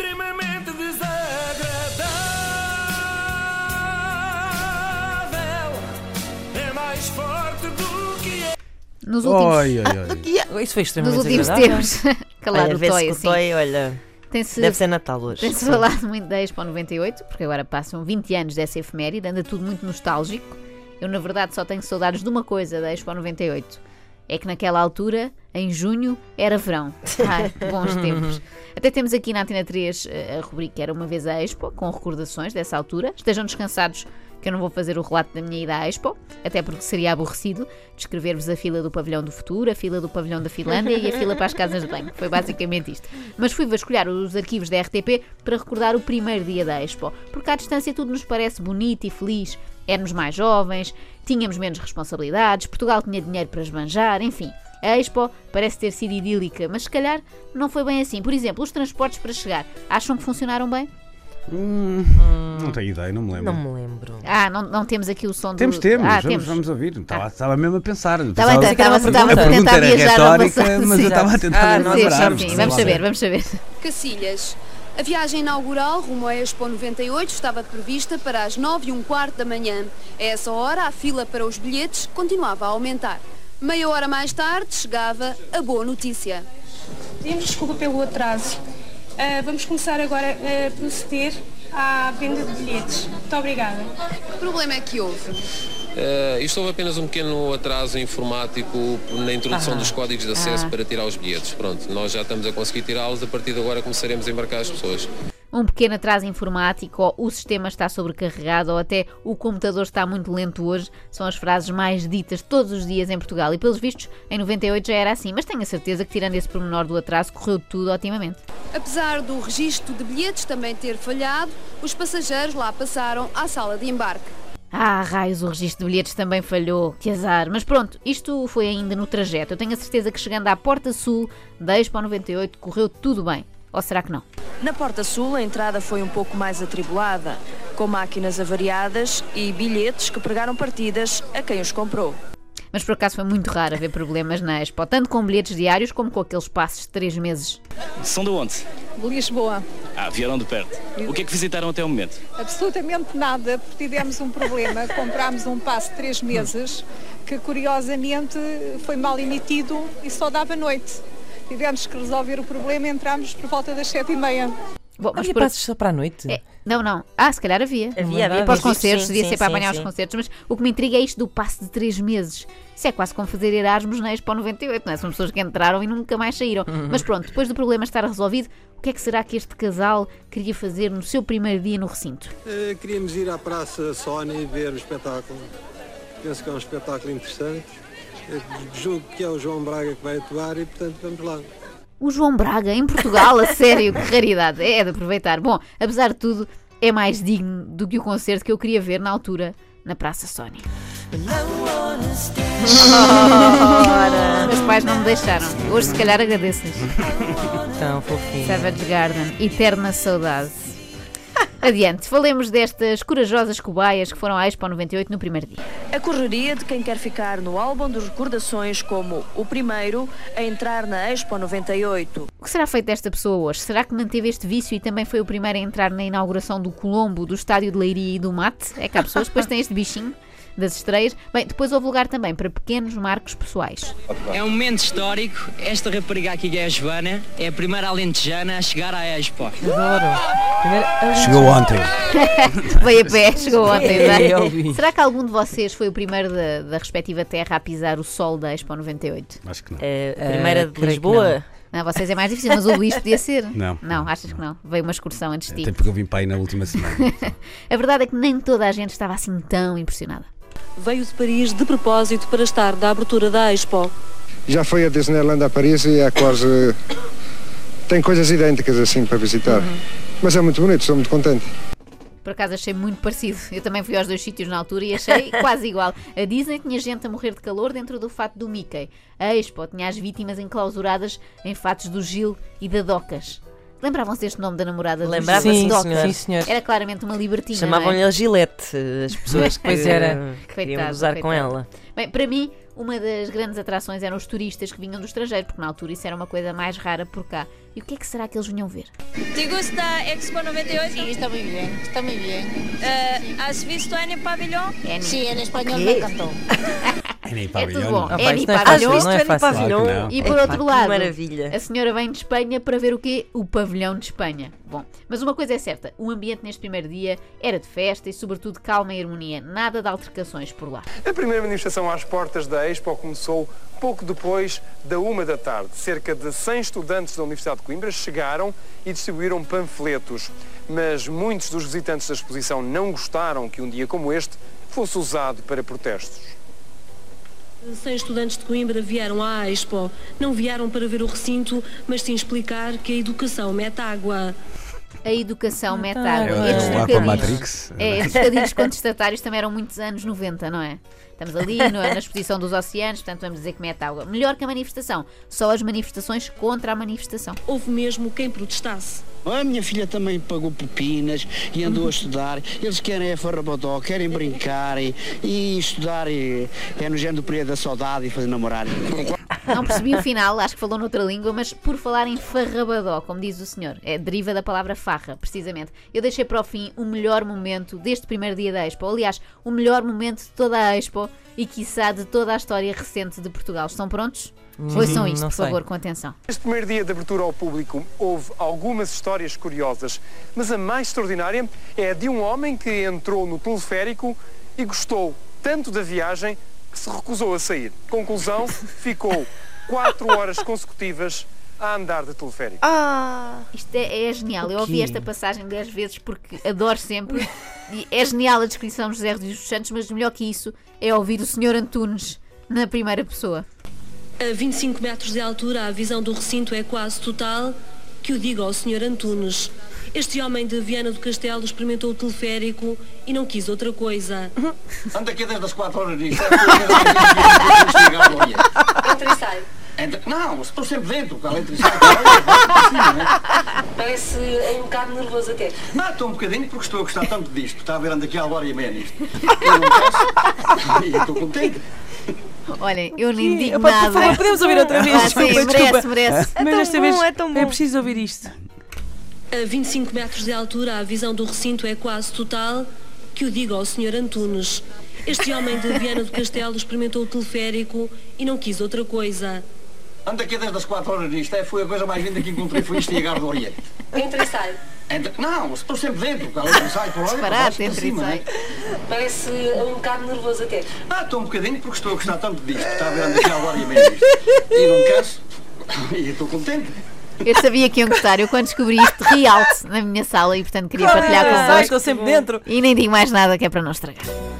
extremamente desagradável. É mais forte do que é. Nos últimos, Oi, oi, oi. Isso foi nos extremamente últimos agradável. tempos. Calar Olha, o vê-se toy, que o assim. Toy, olha, Tem-se deve ser Natal hoje. Tem-se falado muito da Expo 98, porque agora passam 20 anos dessa efeméride, anda tudo muito nostálgico. Eu, na verdade, só tenho saudades de uma coisa da Expo 98. É que naquela altura, em junho, era verão. Ah, bons tempos. Até temos aqui na Antena 3 eh, a rubrica Era Uma Vez a Expo, com recordações dessa altura. Estejam descansados que eu não vou fazer o relato da minha ida à Expo, até porque seria aborrecido descrever-vos a fila do pavilhão do futuro, a fila do pavilhão da Finlândia e a fila para as casas de banho. Foi basicamente isto. Mas fui vasculhar os arquivos da RTP para recordar o primeiro dia da Expo, porque à distância tudo nos parece bonito e feliz. Éramos mais jovens, tínhamos menos responsabilidades, Portugal tinha dinheiro para esbanjar, enfim. A Expo parece ter sido idílica, mas se calhar não foi bem assim. Por exemplo, os transportes para chegar, acham que funcionaram bem? Não tenho ideia, não me lembro. Não me lembro. Ah, não, não temos aqui o som Temos, do... temos, Ah, vamos, vamos ouvir. Estava, estava mesmo a pensar. Tá bem, Pensava- tá, que era estava uma estava a pergunta. a pergunta tentar era viajar ao retórica, passado. mas eu sim. estava a tentar Ah, me nós Sim, lembrar. achamos, sim, mas vamos lá saber, vai. vamos saber. Cacilhas. A viagem inaugural rumo à Expo 98 estava prevista para as 9 e um quarto da manhã. A essa hora, a fila para os bilhetes continuava a aumentar. Meia hora mais tarde, chegava a boa notícia. Pedimos desculpa pelo atraso. Ah, vamos começar agora a proceder à venda de bilhetes. Muito obrigada. Que problema é que houve? Eh, isto houve apenas um pequeno atraso informático na introdução dos códigos de acesso para tirar os bilhetes. Pronto, nós já estamos a conseguir tirá-los, a partir de agora começaremos a embarcar as pessoas. um pequeno atraso informático, ou o sistema está sobrecarregado, ou até o computador está muito lento hoje, são as frases mais ditas todos os dias em Portugal. E pelos vistos, em 98 já era assim, mas tenho a certeza que, tirando esse pormenor do atraso, correu tudo otimamente. Apesar do registro de bilhetes também ter falhado, os passageiros lá passaram à sala de embarque. Ah, raios, o registro de bilhetes também falhou, que azar. Mas pronto, isto foi ainda no trajeto. Eu tenho a certeza que chegando à Porta Sul da Expo 98 correu tudo bem. Ou será que não? Na Porta Sul, a entrada foi um pouco mais atribulada, com máquinas avariadas e bilhetes que pregaram partidas a quem os comprou. Mas por acaso foi muito raro haver problemas na Expo, tanto com bilhetes diários como com aqueles passos de 3 meses. São de onde? De Lisboa. Ah, vieram de perto. O que é que visitaram até o momento? Absolutamente nada, porque tivemos um problema. Comprámos um passo de três meses, que curiosamente foi mal emitido e só dava noite. Tivemos que resolver o problema e entramos por volta das sete e meia. Bom, Havia passos só para a noite? É, não, não. Ah, se calhar havia. Havia, Não havia, lembro. Para os havia. concertos, Sim, devia sim, ser para sim, apanhar os sim. concertos, mas o que me intriga é isto do passe de três meses. Isso é quase como fazer Erasmus na Expo 98, não é? São pessoas que entraram e nunca mais saíram. Uhum. Mas pronto, depois do problema estar resolvido, o que é que será que este casal queria fazer no seu primeiro dia no recinto? queríamos ir à Praça Sony ver o espetáculo. Penso que é um espetáculo interessante. Julgo que é o João Braga que vai atuar e, portanto, vamos lá. O João Braga, em Portugal, a sério, que raridade. É de aproveitar. Bom, apesar de tudo, é mais digno do que o concerto que eu queria ver na altura na Praça Sony. Os meus pais não me deixaram. Hoje, se calhar, agradeço-lhes. Tão Então, fofinho. Savage Garden, eterna saudade. Adiante, falemos destas corajosas cobaias que foram à Expo 98 no primeiro dia. A correria de quem quer ficar no álbum de recordações como o primeiro a entrar na Expo 98. O que será feito desta pessoa hoje? Será que manteve este vício e também foi o primeiro a entrar na inauguração do Colombo, do Estádio de Leiria e do Mate? É que há pessoas que depois têm este bichinho das estreias. Bem, depois houve lugar também para pequenos marcos pessoais. É um momento histórico. Esta rapariga aqui que é a Joana é a primeira alentejana a chegar à Expo. Chegou ontem. Veio a pé, chegou ontem, não é? Eu vi. Será que algum de vocês foi o primeiro da, da respectiva terra a pisar o sol da Expo 98? Acho que não. Eh, a primeira de Ah, creio que Lisboa? Não, vocês é mais difícil, mas o Luís podia ser. Não. É, Não, achas que não? Veio uma excursão antes de Até ti. porque eu vim para aí na última tipo. semana. A verdade é que nem toda a gente estava assim tão impressionada. Veio de Paris de propósito para estar da abertura da Expo. Já foi a Disneyland a Paris e é quase. tem coisas idênticas assim para visitar. Uhum. Mas é muito bonito, estou muito contente. Por acaso achei muito parecido. Eu também fui aos dois sítios na altura e achei quase igual. A Disney tinha gente a morrer de calor dentro do fato do Mickey. A Expo tinha as vítimas enclausuradas em fatos do Gil e da Docas. Lembravam-se deste nome da namorada do Lembrava-se, José sim, Doc? senhora. Sim, senhora. Era claramente uma libertina. não é? Chamavam-lhe a Gilete, as pessoas que, Pois era. que queriam Coitada, gozar com coitada. ela. Bem, para mim, uma das grandes atrações eram os turistas que vinham do estrangeiro, porque na altura isso era uma coisa mais rara por cá. E o que é que será que eles vinham ver? ¿Te gusta Expo 98? Sí, está muy bien, está muy bien. ¿Has visto N Pabellón? Sí, el español ¿Qué? me encantó. Annie É tudo bom. Pavilhão. Ah, é Annie Pavilhão. E É por outro lado, a senhora vem de Espanha para ver o quê? O pavilhão de Espanha. Bom, mas uma coisa é certa, o ambiente neste primeiro dia era de festa e sobretudo calma e harmonia, nada de altercações por lá. A primeira manifestação às portas da Expo começou pouco depois da uma da tarde. Cerca de 100 estudantes da Universidade de Coimbra chegaram e distribuíram panfletos. Mas muitos dos visitantes da exposição não gostaram que um dia como este fosse usado para protestos. 100 estudantes de Coimbra vieram à Expo. Não vieram para ver o recinto, mas sim explicar que a educação mete água. A educação mete água. água. É Estes o bocadinhos- Aquamatrix. É, estes bocadinhos contestatários também eram muitos anos 90, não é? Estamos ali não é? na exposição dos oceanos, portanto vamos dizer que mete água. Melhor que a manifestação, só as manifestações contra a manifestação. Houve mesmo quem protestasse. A minha filha também pagou pupinas e Uhum. andou a estudar. Eles querem a farrabodó, querem brincar e, e estudar. e- é no género do período da saudade e fazer namorar. um Não percebi o final, acho que falou noutra língua, mas por falar em farrabadó, como diz o senhor, é deriva da palavra farra, precisamente. Eu deixei para o fim o melhor momento deste primeiro dia da Expo, aliás, o melhor momento de toda a Expo e quiçá de toda a história recente de Portugal. Estão prontos? Sim, Ouçam isto, Hum, não por sei. favor, com atenção. Este primeiro dia de abertura ao público houve algumas histórias curiosas, mas a mais extraordinária é a de um homem que entrou no teleférico e gostou tanto da viagem que se recusou a sair. Conclusão, ficou quatro horas consecutivas a andar de teleférico. Isto é, é genial. Eu ouvi quê? esta passagem 10 vezes porque adoro sempre. E é genial a descrição de José Rodrigues dos Santos, mas melhor que isso é ouvir o Sr. Antunes na primeira pessoa. A 25 metros de altura, a visão do recinto é quase total, que o diga ao Sr. Antunes. Este homem de Viana do Castelo experimentou o teleférico e não quis outra coisa. Anda aqui desde as 4 horas "É disso. Entra e sai. Não, estou sempre dentro, porque é além de assim, Parece um bocado nervoso até. Não, estou um bocadinho porque estou a gostar tanto disto. Está a ver, anda aqui a hora e meia nisto. Eu não estou contente. Olhem, eu nem digo Opa, por nada. favor, podemos ouvir outra vez? Ah, sim, Desculpa, merece, desculpa. merece. Então Mas desta vez é preciso ouvir isto. A 25 metros de altura, a visão do recinto é quase total, que o diga ao Sr. Antunes. Este homem de Viana do Castelo experimentou o teleférico e não quis outra coisa. Ando aqui desde as 4 horas disto. É, foi a coisa mais linda que encontrei, foi isto e a Garde do Oriente. Entra e sai. Entra- Não, estou sempre dentro, porque além de sai por lá, Disparate, para entra e cima, sai. né? Parece um bocado nervoso até. Ah, estou um bocadinho porque estou a gostar tanto disto. Está a ver, ando aqui a hora e meia disto. E não canso. E estou contente. Eu sabia que iam gostar. Eu quando descobri isto ri alto na minha sala e portanto queria Claro, partilhar é, convosco. estou sempre dentro. E nem digo mais nada que é para não estragar. É